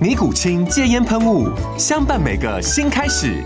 尼古清戒烟喷雾，相伴每个新开始。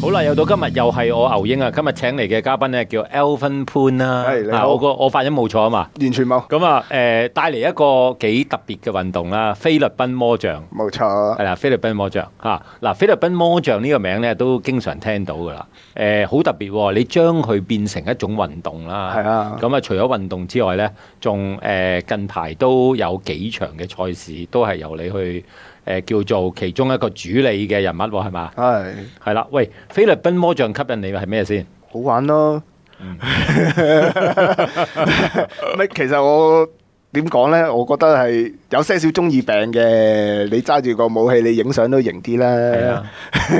好啦，又到今日又係我牛英啊！今日請嚟嘅嘉賓咧叫 Alvin Pan 啦，係你好啊我個我發音冇錯啊嘛。完全冇，咁啊，誒、帶嚟一個幾特別嘅運動啦，菲律賓魔杖冇錯係，啦，菲律賓魔杖嚇嗱、菲律賓魔杖呢個名咧都經常聽到噶啦，誒、好特別喎、你將佢變成一種運動啦，係啊咁啊除咗運動之外咧，仲誒、近排都有幾場嘅賽事都係由你去誒、叫做其中一個主理嘅人物喎，係嘛？係係啦，喂，菲律賓魔杖吸引你係咩先？好玩咯。 唔係，其實我點講咧？我覺得係有些少中二病嘅，你揸住個武器，你影相都型啲係啦啊。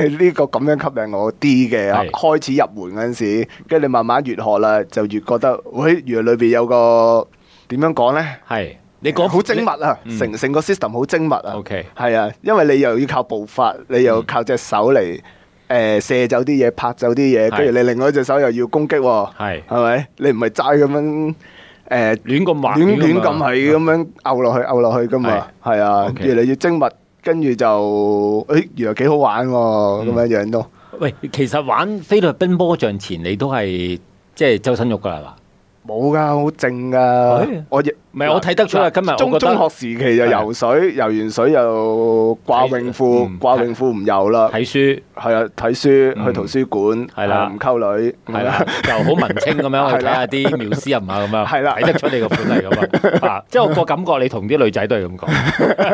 呢個咁樣吸引我啲係嘅，開始入門嗰陣時，跟住你慢慢越學啦，就越覺得，喂，原來裏邊有個點樣講咧？係你講好精密啊，嗯成成個 system 好精密啊。 OK 係啊，因為你又要靠步伐，你又靠隻手嚟誒、呃射走啲嘢，拍走啲嘢，係跟住你另外一隻手又要攻擊喎、係係咪？你唔係齋咁樣誒、呃、亂亂咁畫，亂咁係咁樣摳落去摳落去噶嘛？係啊 OK 越嚟越精密，跟住就誒、原來幾好玩喎、咁樣樣都。喂，其實玩菲律賓魔杖前，你都係即係周身肉㗎啦係嘛？冇噶，好靜哎噶。我亦唔係我睇得出啊今日我覺中得中學時期就游水，游完水又掛泳褲睇，掛泳褲唔游啦。睇書係啊，睇書去圖書館，嗯啊係啦唔溝女，係 啦，就好文青咁樣去睇下啲妙思人啊咁樣，係啦睇得出你個款係 咁啊！啊即係我個感覺，你同啲女仔都係咁講。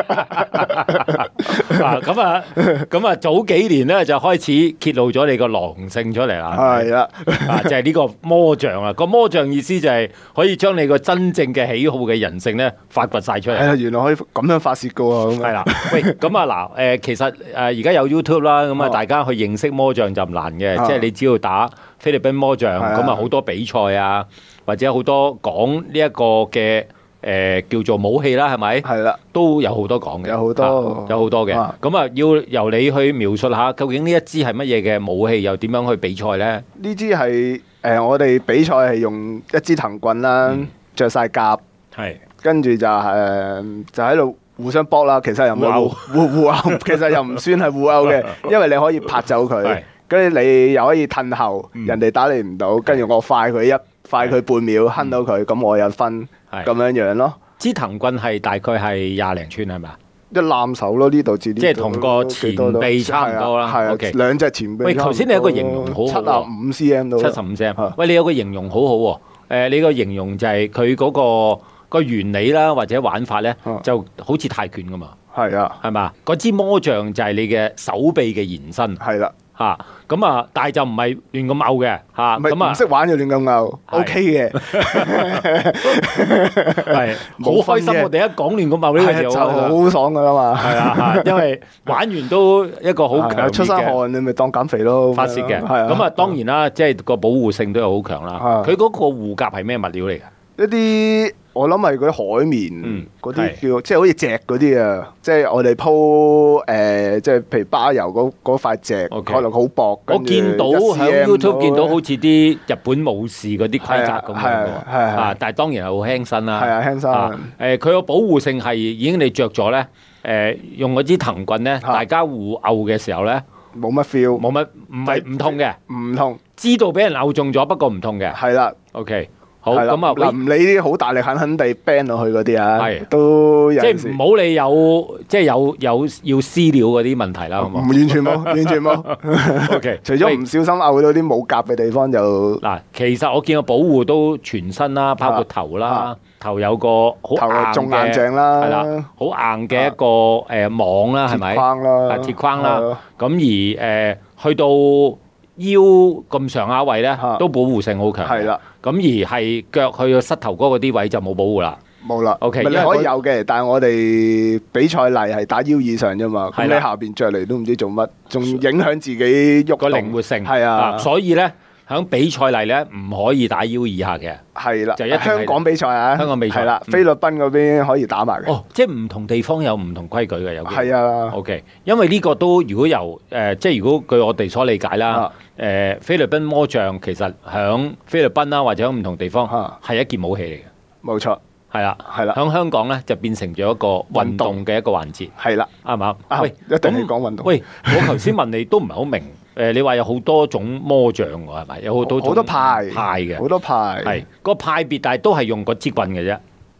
啊，咁啊，咁啊，早幾年咧就開始揭露咗你個狼性出嚟啦。嗯係啦， 啊，就係呢個魔像啊！個魔像意思就係可以將你個真正嘅喜好嘅人性咧發掘晒出係嚟。啊，原來可以咁樣發泄噶喎，咁係啊啦，喂，咁啊嗱，誒，其實誒而家有 YouTube 啦，咁啊哦大家去認識魔像就唔難嘅，啊即係你只要打菲律賓魔像，係啊咁啊好多比賽啊，或者好多講呢一個嘅誒叫做武器啦，係咪？係啦，都有好多講嘅，啊有好多啊有好多嘅。啊咁啊，要由你去描述下，究竟呢一支係乜嘢嘅武器，又點樣去比賽咧？呢支係誒我哋比賽係用一支藤棍啦，嗯着晒甲，係跟住就誒就喺度。互相搏啦，其實又冇互互互互毆， 其實又唔算係互毆嘅，因為你可以拍走係嗯佢，跟住你又可以褪後，人哋打你唔到，跟住我快佢一快佢半秒，坑到佢，咁我有分嗯係咁樣樣咯。支藤棍係大概係廿零寸係咪啊？一攬手咯，呢度至呢度即係同個前臂差唔多啦係啊係啊 OK 兩隻前臂差唔多。喂頭先你有個形容好好七啊五 cm 到七啦，十五 cm 啊。喂，你有個形容好好、喎。誒，你個形容就係佢嗰個個原理啦，或者玩法咧啊，就好似泰拳咁嘛，係啊，係嘛？嗰支魔杖就係你嘅手臂嘅延伸係啦，嚇，咁啊，但係就唔係亂咁摳嘅嚇，唔係咁啊唔識玩就亂咁拗係，OK 嘅， 係好冇分開心。嘅我哋一講亂咁摳呢個係啊字就好開心，好爽噶啦嘛。係 啊，嚇因為玩完都一個好係啊強出烈身嘅。汗，你咪當減肥咯。發泄嘅，係啊，咁啊當然啦，即係個保護性都有好強啦。啊佢嗰個護甲係咩物料嚟㗎？一啲我諗係嗰啲海嗯綿嗰係啲叫，即係好似隻嗰啲啊，即係我哋鋪誒，即係譬如巴油嗰嗰塊隻， OK 可能好薄。我跟住見到喺 1cm YouTube 見到好似啲日本武士嗰啲盔甲咁樣係喎啊係啊係啊啊！但係當然係好輕身啦。係啊輕身啊誒，佢個保護性係已經你着咗咧，誒用嗰支藤棍咧，嚇大家互毆嘅時候咧，冇乜 feel，冇乜唔係唔痛嘅，唔痛，知道俾人毆中咗，不過唔痛嘅。係啦。 OK，好係啦咁啊嗱，喂唔理啲好大力狠狠地 ban 落去嗰啲啊係，都有即陣係時唔好理有即係有有要私了嗰啲問題啦，好唔冇 完全冇，完全冇。 ？OK，除咗喂唔小心嘔到啲冇夾嘅地方就嗱，其實我見個保護都全身啦，包括啊頭啦啊，頭有個好頭硬啊中嘅硬仗啦啊係啦，好硬嘅一個誒網啦，係鐵咪？框啦，啊鐵框係啦咯，咁而誒呃去到腰咁上下位咧啊，都保護性好強。係啦，咁而係腳去到膝頭哥嗰啲位就冇保護啦。冇啦。 OK，咪你因為可以嗰有嘅，但係我哋比賽例係打腰以上啫嘛。咁係你啦下邊着嚟都唔知做乜，仲影響自己喐個動靈活性哦係啊，所以咧喺比賽嚟咧唔可以打腰以下嘅。係啦。就一定係香港比賽啊，香港比賽係啦，嗯菲律賓嗰邊可以打埋嘅，哦，即係唔同地方有唔同規矩嘅有機會。係啊。 O、k 因為呢個都如果由誒、呃即係如果據我哋所理解啦啊，誒、菲律賓魔杖其實響菲律賓啦，或者響唔同地方啊係一件武器嚟嘅，冇錯，係啦，係啦響香港咧就變成咗一個運運動動嘅一個環節，係啦，啱唔啱？啱喂，啊一定係咁講運動喂，我頭先問你都唔係好明，誒、呃你話有好多種魔杖喎，係咪？有好多種好多派派好嘅，多派，係個派別，但係都係用個支棍嘅啫，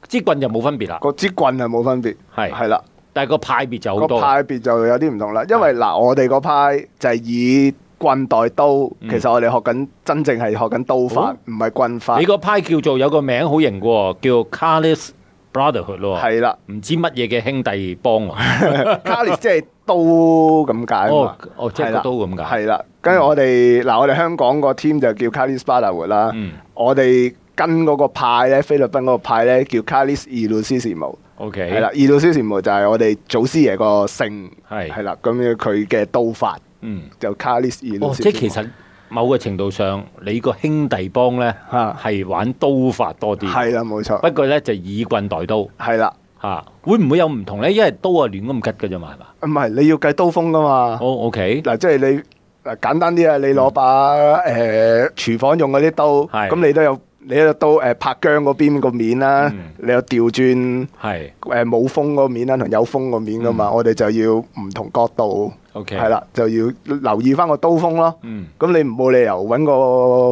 支棍就冇分別啦，個支棍係冇分別，係係啦。但係個派別就好個多。派別就有啲唔同啦，因為嗱，我哋個派就係以棍代刀，嗯其實我哋學緊真正係學緊刀法哦，唔係棍法你，個派叫做有個名好型嘅喎，叫 Carlis Brotherhood 咯喎，係 啊啦。唔知乜嘢嘅兄弟幫喎。卡列即係刀咁解啊哦嘛，哦，即係個刀咁㗎。係啦。跟住我哋嗱，我哋香港個 team 就叫 Carlis b a r d a w o o d 啦嗯。我哋跟嗰個派咧，菲律賓嗰個派咧叫 Carlis Illusissimo， OK，係啦，Illusissimo 就係我哋祖師爺個姓，係係啦。咁樣佢嘅刀法嗯，就 Carlis Illusissimo。哦，即係其實某個程度上，你個兄弟幫咧嚇係玩刀法多啲，係啦，冇錯，不過咧就以棍代刀係啦。嚇，會唔會有唔同咧？因為刀啊亂咁吉嘅啫嘛，係嘛？唔係，你要計刀鋒噶嘛？哦，OK，嗱，即係你嗱簡單啲啊，你攞把誒廚房用嗰啲刀，嗯係咁你都有你有刀誒拍姜嗰邊個面啦嗯，你有調轉係誒冇風嗰面啦，同有風嗰面噶嘛，我哋就要唔同角度，嗯 OK，係，啦，就要留意翻個刀鋒咯。嗯，咁你冇理由揾個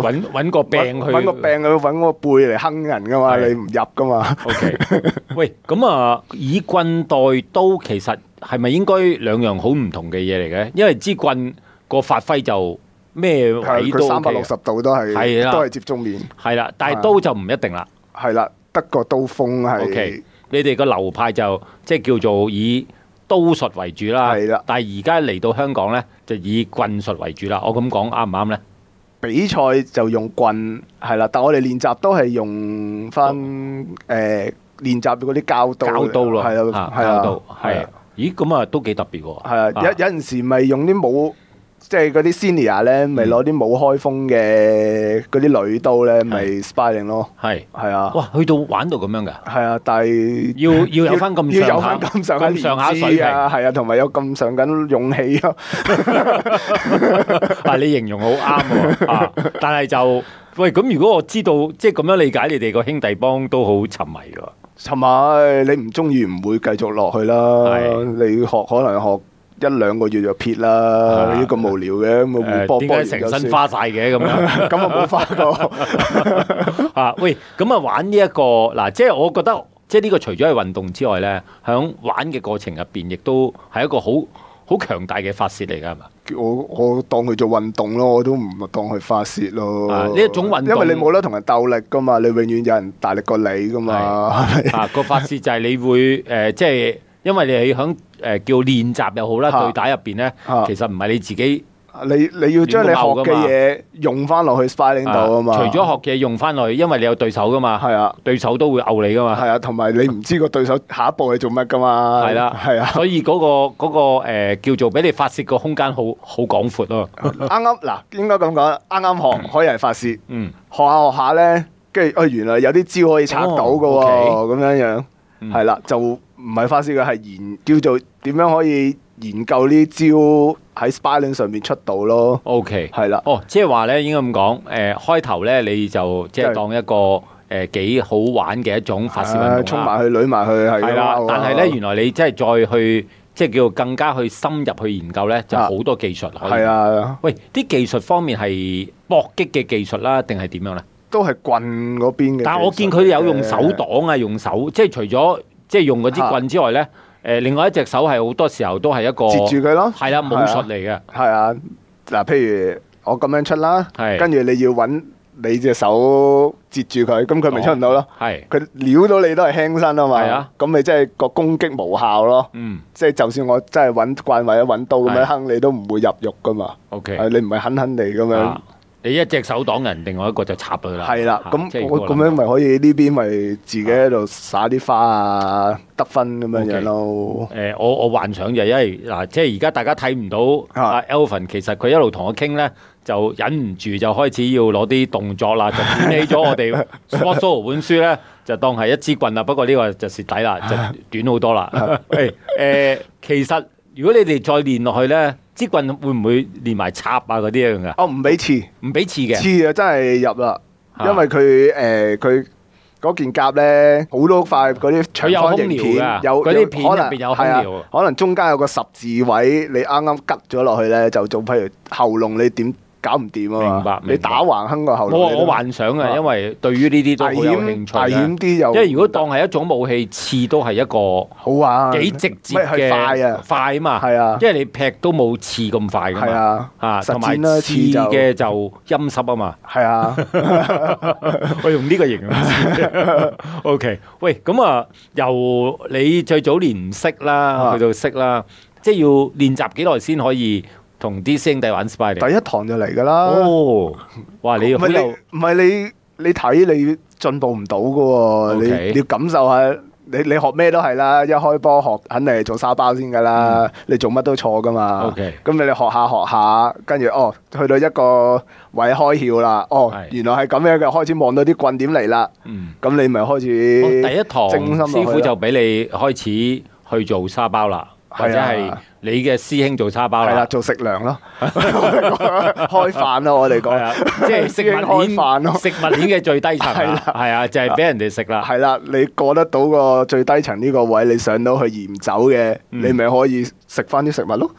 揾揾個病去揾個病去揾個背嚟坑人噶嘛，係你唔入噶嘛。 O K，喂，咁啊，以棍代刀其實係咪應該兩樣好唔同嘅嘢嚟嘅？因為支棍個發揮就咩位佢都三 O 百 K 六十度都係啦係都係接觸面，係啦，但係刀就唔一定啦。係啦，得個刀鋒 O 係 K，。你哋個流派就即係叫做以刀術為主啦。係啦但係而家嚟到香港咧，就以棍術為主啦。我咁講啱唔啱咧？比賽就用棍係啦，但我哋練習都係用翻誒練習嗰啲膠刀嚟，膠刀咯，係啊啊，係啊膠刀係啊。咦，咁啊都幾特別喎。係啊，有有陣時咪用啲冇即係嗰啲 senior 咧，咪攞啲冇開封嘅嗰啲女刀咧，咪 spying 咯，係係啊，哇，去到玩到咁樣㗎。係啊，但係。要要有翻咁上要有下翻咁上下咁上下年資水平啊，係啊，同埋有咁上緊勇氣咯，啊，你形容好啱喎，啊 但係就喂咁，如果我知道即係咁樣理解，你哋個兄弟幫都好沉迷㗎，同埋你唔中意唔會繼續落去啦係，你學可能學一兩個月就撇啦，啊呢個無聊嘅咁啊，誒波點解波完成就身算花晒嘅咁樣 咁我冇花過， 啊？喂，咁啊玩呢、一個嗱，即係我覺得即係呢個除咗係運動之外咧，響玩嘅過程入邊，亦都係一個好好強大嘅發泄嚟㗎， 係嘛？我我當佢做運動咯，我都唔當佢發泄咯。啊呢一種運動因為你冇得同人鬥力噶嘛，你永遠有人大力過你噶嘛，係咪啊，個發泄就係你會誒、呃即係因為你喺誒、呃叫練習又好啦，啊對打入邊咧，啊其實唔係你自己。你你要將你學嘅嘢用翻落去 spying 度啊嘛。除咗學嘢用翻落去，因為你有對手噶嘛，係啊對手都會毆你噶嘛，係啊，同埋你唔知個對手下一步係做乜噶嘛。係啦，係啊。所以嗰、個嗰、個呃叫做俾你發泄個空間好好廣闊咯，啱啱嗱，應該咁講，啱啱學可以係發泄，嗯，學下學下咧，跟住哦，原來有啲招可以拆到嘅喎，哦咁樣樣係啦，就唔係發泄嘅，係研叫做點樣可以研究呢招喺 spying 上面出到咯， OK，係啦哦，即係話咧，應該咁講，誒、呃、開頭咧你就即係即係當一個誒、呃、幾好玩嘅一種發泄啊運動衝啦，埋去，攆埋去係咁係啦拗，啊但係咧原來你真係再去即係叫做更加去深入去研究咧，就啊好多技術可以。係啊，喂，啲技術方面係搏擊嘅技術啦，定係點樣咧？都係棍嗰邊嘅技術嘅。但我見佢有用手擋啊，用手即係除咗即係用嗰支棍之外咧，誒、另外一隻手係好多時候都係一個截住佢咯。係啦武術嚟嘅，係啊，嗱，譬如我咁樣出啦，係跟住你要揾你隻手截住佢，咁佢咪出唔到咯。係佢撩到你都係輕身啊係啊嘛，咁咪即係個攻擊無效咯。嗯即係就算我真係揾慣或者揾刀咁係樣哼，你都唔會入肉噶嘛。啊，OK 係你唔係狠狠地咁樣啊。你一隻手擋人，另外一個就插佢啦。係啦，啊即咁係我嗰個咁諗樣咪可以呢邊咪自己喺度耍啲花啊，得分咁樣樣咯。誒、呃我我幻想就係因為嗱、即係而家大家睇唔到啊阿 Elvin，其實佢一路同我傾咧，就忍唔住就開始要攞啲動作啦，就捲起咗我哋 Sports Soho 本書咧，就當係一支棍啦。不過呢個就蝕底啦， 就短好多啦。喂誒、其實如果你哋再練落去咧，支棍會唔會連埋插啊嗰啲一樣嘅？哦，唔俾刺，唔俾刺嘅，刺啊真係入啦，啊因為佢誒佢。嗰件夾咧好多塊嗰啲長方佢有空形片遼㗎，有嗰啲有片入可能邊有空係啊遼可能中間有個十字位，你啱啱吉咗落去咧，就做譬如喉嚨你點搞唔掂明啊白嘛？明白你打橫哼個喉嚨，我你都我幻想啊，啊因為對於呢啲都好危有險興趣危嘅險啲又，因為如果當係一種武器，刺都係一個。好玩幾直接咩嘅啊係快啊，快啊嘛，係啊因為你劈都冇刺咁快噶係嘛，啊，啊，實同埋戰啦刺刺就嘅就陰濕啊 嘛，係 啊。我用呢個形容 詞。OK，喂，咁啊，由你最早年唔識啦，啊去到識啦，即係要練習幾耐先可以同啲師兄弟玩 spy 嚟？第一堂就嚟噶啦。哦，哇，你唔好係有你唔係你你睇你進步唔到噶喎， OK 你你要感受下。你你學咩都係啦，一開波學肯定係做沙包先噶啦，你做乜都錯噶嘛。嗯 OK 咁你哋學下學下，跟住哦，去到一個位開竅啦，哦係，原來係咁樣嘅，開始望到啲棍點嚟啦，嗯，咁你咪開哦始第一堂精心落去師傅啦就俾你開始去做沙包啦，或者係係啊你嘅師兄做沙包係啦，啦。做食糧 咯， 開飯咯，我哋係啊 講，即係食物已經開飯鏈咯食物鏈嘅最低層 係啦啦，係啊，就係俾人哋食啦。係啦，你過得到個最低層呢個位，你上到去鹽酒嘅，你咪可以食翻啲食物咯。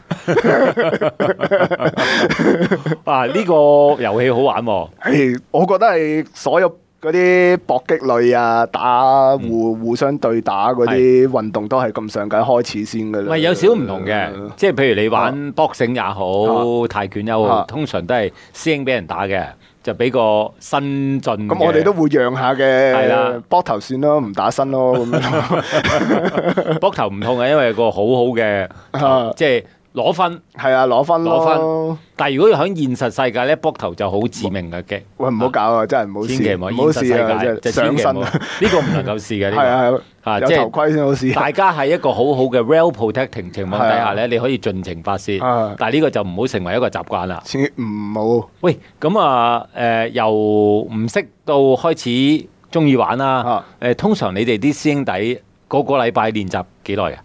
啊哇！呢個遊戲好玩 喎，誒，我覺得係所有嗰啲搏擊類啊，打互互相對打嗰啲運動都係咁上緊開始先噶唔啦。係有少唔同嘅，即係譬如你玩 boxing 也好，泰拳也好，啊啊通常都係師兄俾人打嘅，就俾個新進嘅。咁我哋 都 會讓下嘅，係啦膊頭算咯，唔 打身咯，咁樣膊頭唔痛嘅，啊因為有個好好嘅，啊即係攞分。係啊，攞分攞咯。但係如果喺現實世界咧，膊頭就好致命嘅嘅，喂，唔好搞啊，真係唔好千祈試，唔好好現實試啊，世界真就係千祈上唔身好。啊，呢個唔能夠試嘅係呢啊個，啊係啊，有頭盔先好試。大家喺一個好好嘅 well protecting 情況底下係咧，你可以盡情發泄啊，但係呢個就唔好成為一個習慣啦。千祈唔好。喂，咁啊，誒、由唔識到開始中意玩啦，誒、呃啊通常你哋啲師兄弟個個禮拜練習幾耐啊？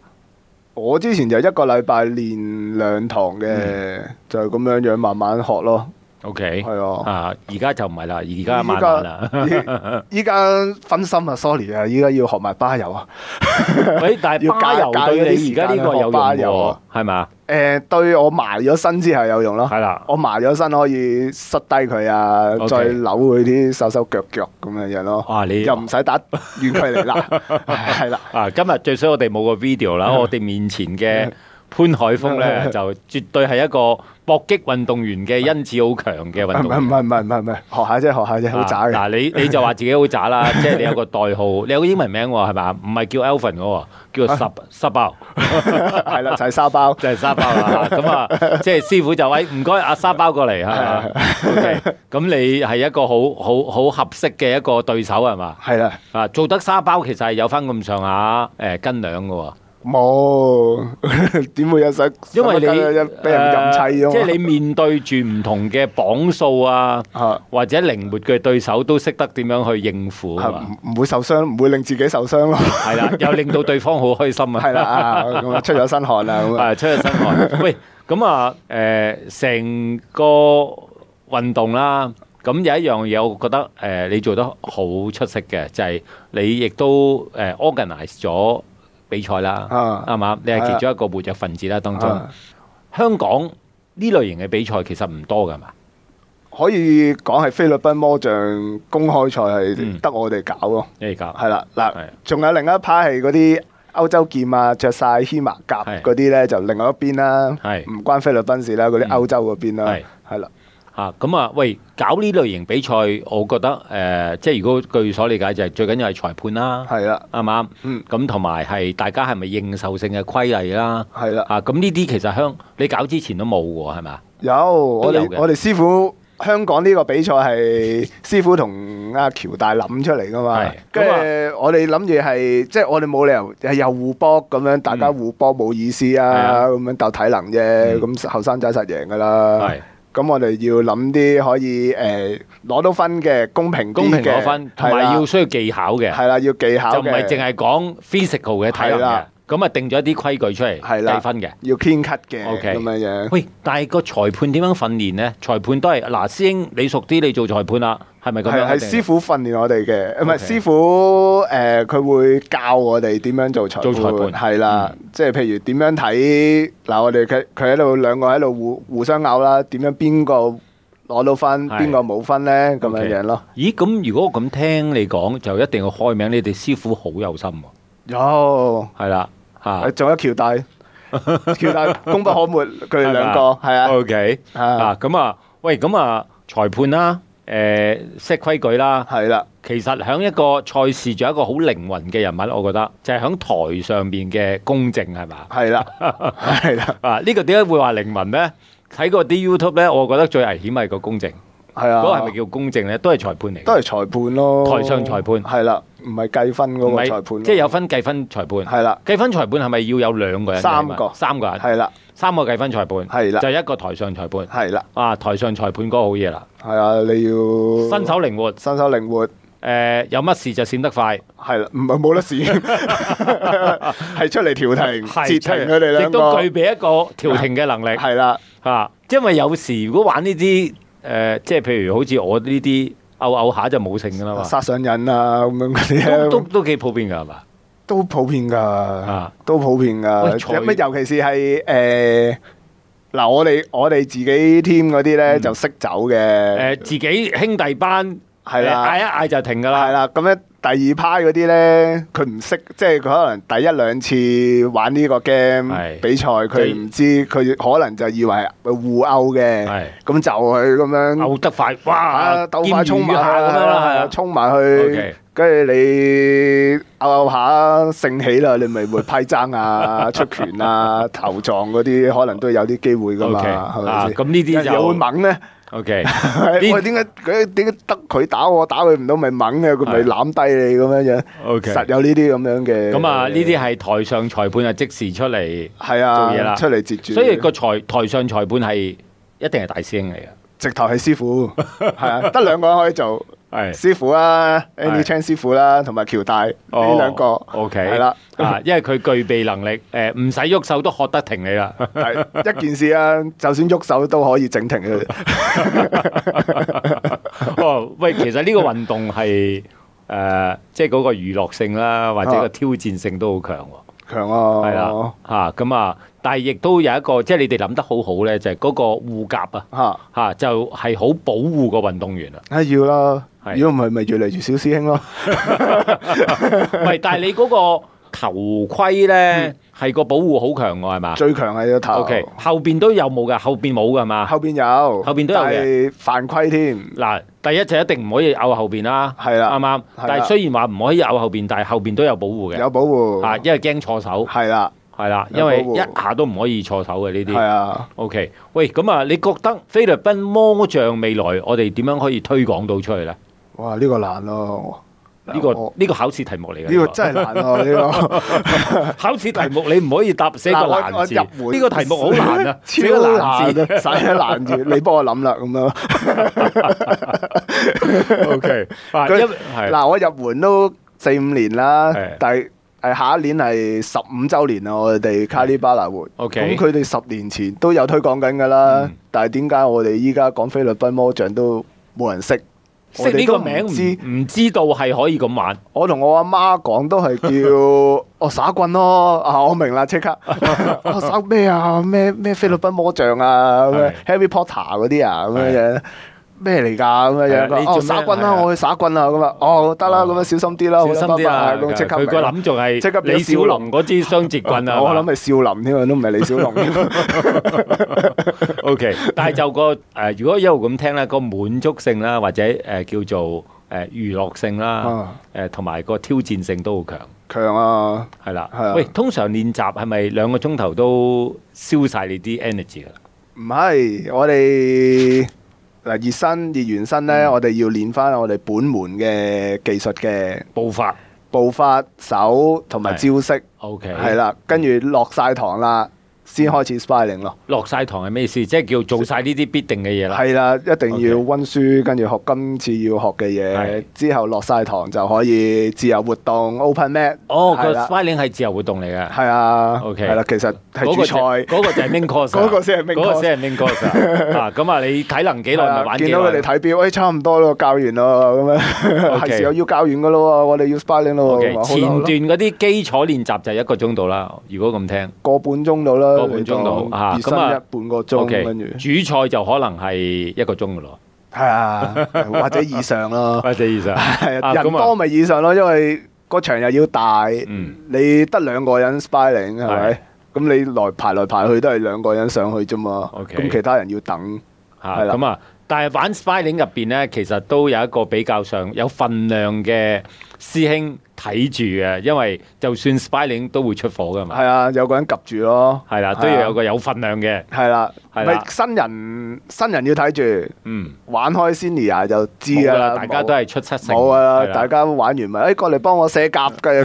我之前就一個禮拜練兩堂嘅，嗯就係咁樣樣慢慢學咯。 ？OK，係啊啊，而家就唔係啦，而家慢慢啦。依家分心啊，sorry 啊，依家要學埋巴友啊。 喂，但係要巴戒油戒對嗰啲你時而家呢間個去學有用巴油喎啊，係嘛？誒、對我埋咗身之後有用咯。係啦我埋咗身可以塞低佢啊 OK 再扭佢啲手手腳腳咁樣樣咯。哇你又唔使打遠距 離啦，係啦。啊，今日最衰我哋冇個 video 嗯啦，我哋面前嘅潘海峰咧就絕對係一個搏擊運動員嘅因子好強嘅唔運動係唔員。啊係唔係唔係唔係，學下啫，學下啫，好渣嗱、嘅。你你就話自己好渣啦， 即係你有個代號，你有個英文名喎，係嘛？唔係叫 Alvin 嘅喎，叫十十包，啊 係啦，就係沙包。 就係沙包啦。咁 啊，即係師傅就喂唔該阿沙包過嚟係嘛？OK，咁你係一個好好好合適嘅一個對手係嘛？係啦，啊，做得沙包其實係有翻咁上下誒斤兩嘅喎。 冇點會有手？因為你俾 ờ, 人任砌啊呃咗。即 係你面對住唔同嘅磅數啊， 啊或者靈活嘅對手，都識得點樣去應付啊嘛，係唔唔會受傷，唔會令自己受傷咯。 係啦，又令到對方好開心啊，係啦，啊咁啊出咗身汗啦咁啊。啊，出咗身 汗。喂，咁啊，誒，成個運動啦，咁有一樣嘢，我覺得誒你做得好出色嘅，就係你亦都誒 organise 咗比賽啦，啊啱嘛？你係係其啊中一個活躍分子啦，當中啊香港呢類型嘅比賽其實唔多㗎嘛。可以講係菲律賓魔像公開賽係嗯得我哋搞咯，你搞係啦嗱係，仲有另一派係嗰啲歐洲劍啊，着晒牽麻甲係嗰啲咧，就另外一邊啦，係唔關菲律賓事啦，嗰啲嗯歐洲嗰邊啦係，係啦，嚇咁啊！喂，搞呢類型比賽，我覺得誒、呃即係如果據所理解就係最緊要係裁判啦，係啦，啱唔啱？嗯，咁同埋係大家係咪認受性嘅規例啦？係啦，啊，咁呢啲其實香你搞之前都冇喎，係咪啊？有我有哋嘅我哋師傅。香港呢個比賽係師傅同阿喬大諗出嚟噶嘛係，跟咁住我哋諗住係即係我哋冇理由係又互搏咁樣，大家嗯互搏冇意思係啊，啊咁樣鬥體能啫，嗯咁後生仔實贏噶啦。係咁我哋要諗啲可以誒攞、到分嘅公平啲嘅公平攞分，同埋要係需要技巧嘅啦，係啦，要技巧就唔係嘅，淨係講 physical 嘅體係能嘅啦。咁啊，定咗一啲規矩出嚟係啦計分嘅。要 clean cut 嘅 OK 咁樣樣。喂，但係個裁判點樣訓練呢？裁判都係嗱，師兄你熟啲，你做裁判啦，係咪咁係樣？係師傅訓練我哋嘅，唔係 OK 師傅誒，呃佢、會教我哋點樣做裁做判，裁判係啦，即係譬如點樣睇嗱，我哋佢佢喺度兩個喺度互互相拗啦，點樣邊個攞到分，係邊個冇分咧，咁樣 OK 樣咯。咦，咁如果我咁聽你講，就一定要開名。你哋師傅好有心喎，有。 係啦，啊嚇誒仲有喬大，喬大功不可沒，佢哋兩個係係啊。 ，OK，啊，咁啊，喂，咁啊，裁判啦，誒 set 規矩啦，係啦，其實喺一個賽事仲有一個好靈魂嘅人物，我覺得就係喺台上邊嘅公正係嘛？係啦，係啦，啊，呢個點解會話靈魂呢？睇過啲 YouTube 呢，我覺得最危險係個公正，係嗰個係咪啊，叫公正呢？都係裁判嚟嘅，都係裁判咯，台上裁判係啦，唔係計分嗰唔個係裁判咯，即係有分計分裁判。係啦，計分裁判係咪要有兩個人？啊三個三個人，係啦，三個計分裁判，係啦就一個台上裁判。係啦，啊，台上裁判嗰個好嘢啦，係啊，你要身手靈活，誒、身手靈活，有乜事就閃得快，係啦，唔係冇得試， 係出嚟調停，係截停佢哋兩亦都具個，備一個調停嘅能力係啦，嚇、啊因為有時如果玩呢啲誒，即係譬如好似我呢啲偶偶下就冇性㗎啦嘛，殺上癮啊咁樣嗰啲都啊都都幾普遍㗎係嘛？都普遍㗎，啊都普遍喂㗎。財咁尤其是係誒嗱，我哋我哋自己 team 嗰啲咧就識走嗯誒、嘅，自己兄弟班係啦誒嗌一嗌就停㗎啊係啦，啦。咁咧第二派嗰啲咧，佢唔識，即係佢可能第一兩次玩呢個 game 係比賽，佢最唔知，佢可能就以為係互殴嘅係，咁就去咁樣拗得快，啊哇！鬥快衝埋下咁樣啦，係啊啦，衝埋去 OK。跟住你拗拗下盛起啦，你咪會批爭 啊、出拳啊、頭撞嗰啲，可能都有啲機會噶 O 嘛， K，係咪啊，先？咁呢啲就有會猛咧， O K， 喂，點解佢點解得佢打我，打佢唔到咪猛嘅，佢咪係攬低你咁樣樣 OK 實有呢啲咁樣嘅。咁啊，呢啲係台上裁判啊，即時出嚟，係做嘢啊，啦出嚟截住，所以個裁台上裁判係一定係大師兄嚟嘅，直頭係師傅，係啊，得兩個人可以做。係師傅啦係，Andy Chan 師傅啦，同埋喬大呢哦兩個 OK 係啦， 啊，因為佢具備能力，誒唔使喐手都學得停你 啦。係一件事啊，就算喐手都可以整停佢。哦，喂，其實呢個運動係誒，即係嗰個娛樂性啦，或者啊個挑戰性都好強喎。強啊，係啦，嚇咁啊，但係亦都有一個，即係你哋諗得好好咧，就係嗰個護甲啊，嚇，嚇就係好保護個運動員啊。梗係要啦。係如果唔係，咪越嚟越少師兄咯。唔 係，但係你嗰個頭盔咧係個保護好強喎，係嘛嗯最強係個頭。 ？O K，後邊都有冇㗎？後邊冇㗎係嘛？後邊有，後邊都有嘅但係犯規添。嗱，第一就一定唔可以咬後邊啦，係啦啱唔啱？係啦啊但係雖然話唔可以咬後邊，但係後邊都有保護嘅，有保護。啊，因為驚錯手，係啦，係啦，有因為保護一下都唔可以錯手嘅呢係啲。啊。 O K，喂，咁啊，你覺得菲律賓魔像未來我哋點樣可以推廣到出去咧？哇，呢個難咯。呢個我呢個考試題目嚟嘅，呢個真係難 咯，呢個。考試題目，你唔可以答寫個嗱我難我字。入門，呢個題目好難啊寫 超個難難字。啊，使得難住， 你幫我諗啦，咁樣。 O K，佢啊因係嗱，我入門都四五年啦係，但係誒下一年係十五週年啦，我哋卡利巴拿活。 OK 咁佢哋十年前都有推廣緊㗎啦嗯，但係點解我哋依家講菲律賓魔像都冇人識？即係呢個名我哋都唔唔知唔知道係可以咁玩，我同我阿媽講都係 叫我耍棍咯，啊我明啦，即刻我耍咩啊咩咩菲律賓魔像啊咁樣係，Harry Potter 嗰啲啊咁樣樣，咩嚟㗎咁樣係啊你樣？做咩哦，耍棍係啦，啊我去耍棍啦咁啊，哦得啦，啊咁樣小心啲啦，小心啲啊！咁即刻佢個諗仲係即刻變李咗小小龍龍嗰支雙截棍啊！ 我諗係少林添啊，都唔係李小龍。 O K，但係就個誒、 呃如果一路咁聽咧，個滿足性啦，或者誒、呃叫做誒、呃、娛樂性啦啊，誒同埋個挑戰性都好強，強啊！係啦。係啊喂，通常練習係咪兩個鐘頭都燒晒你啲 energy 啦？唔係，我哋嗱熱身熱完身嗯咧，我哋要練翻我哋本門嘅技術嘅步伐步法、手同埋招式， O K，係啦，跟住落晒堂啦，先開嗯始 sparring 咯。落晒堂係咩意思？即係叫做晒呢啲必定嘅嘢啦。係啦，一定要 OK 温書，跟住學今次要學嘅嘢係，之後落晒堂就可以自由活動 open mat。哦，係個啦 sparring 係自由活動嚟嘅。係啊 OK 係啦，其實係嗰個主就菜。嗰個就係 main course，啊 嗰個先係 main 嗰個 course 先係 main course 啊啊！咁啊，你體能幾耐咪係啊玩幾見耐到咯？佢哋睇表，誒差唔多咯，教完咯咁樣， OK 係時候要教完噶咯喎，我哋要 sparring 咯 O 喎 K，咁啊，好前啦好段啦嗰啲基礎練習就一個鐘度啦。如果咁聽個半鐘到啦，個半鐘到你當啊熱身咁啊一半個，O 鐘 K，跟住主菜就可能係一個鐘噶咯，係啊， 或者以上咯，或者以上。係啊啊，人咁啊多咪以上咯，因為個場又要大，嗯你得兩個人 sparring 係咪？咁你來排來排去都係兩個人上去啫嘛， OK 咁其他人要等，嚇係啦咁啊，但係玩 spying 入邊咧，其實都有一個比較上有份量嘅師兄睇住嘅，因為就算 spying 都會出火噶嘛，係啊，有個人及住咯，係啦，係啊都要有個有份量嘅，係啦，係咪啦新人新人要睇住。嗯，玩開 senior 就知冇㗎㗎啦，啦，大家都係出七成，冇啊係！大家玩完咪，誒過嚟幫我寫夾嘅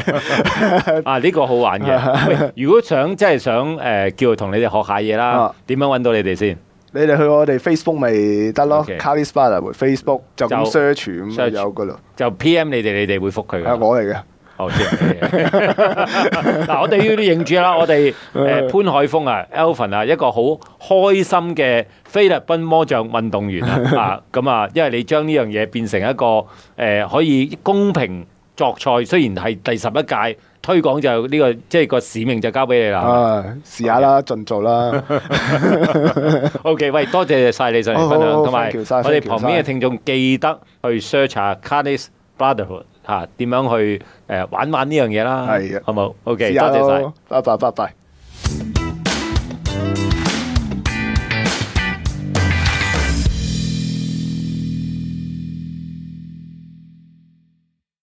嘅啊呢個好玩啊嘅。喂，如果想即係想誒叫同你哋學下嘢啦啊，點樣揾到你哋先？你哋去我哋 Facebook 咪得咯 OK ，Carly Spada Facebook 就就咁 search 咁 search 就有噶啦，就 P.M. 你哋，你哋會覆佢係㗎。啊我嚟嘅，哦，知 你哋嗱，我哋呢啲認住啦，我 哋誒潘海峰啊、Alvin 啊，一個好開心嘅菲律賓魔像運動員 啊，啊咁啊，因為你將呢樣嘢變成一個誒、呃可以公平作賽，雖然係第十一屆推廣就呢、個即係個使命就交俾你啦。啊試下啦，盡做啦， OK，喂，多謝晒你上嚟好分好享，好同埋 thank you 晒我哋 thank you 旁邊嘅晒聽眾記得去 search 下 Cardis Brotherhood 嚇、點樣去誒、呃玩玩呢樣嘢啦，係 啊好冇？OK，試多下謝晒。咯，拜拜拜拜。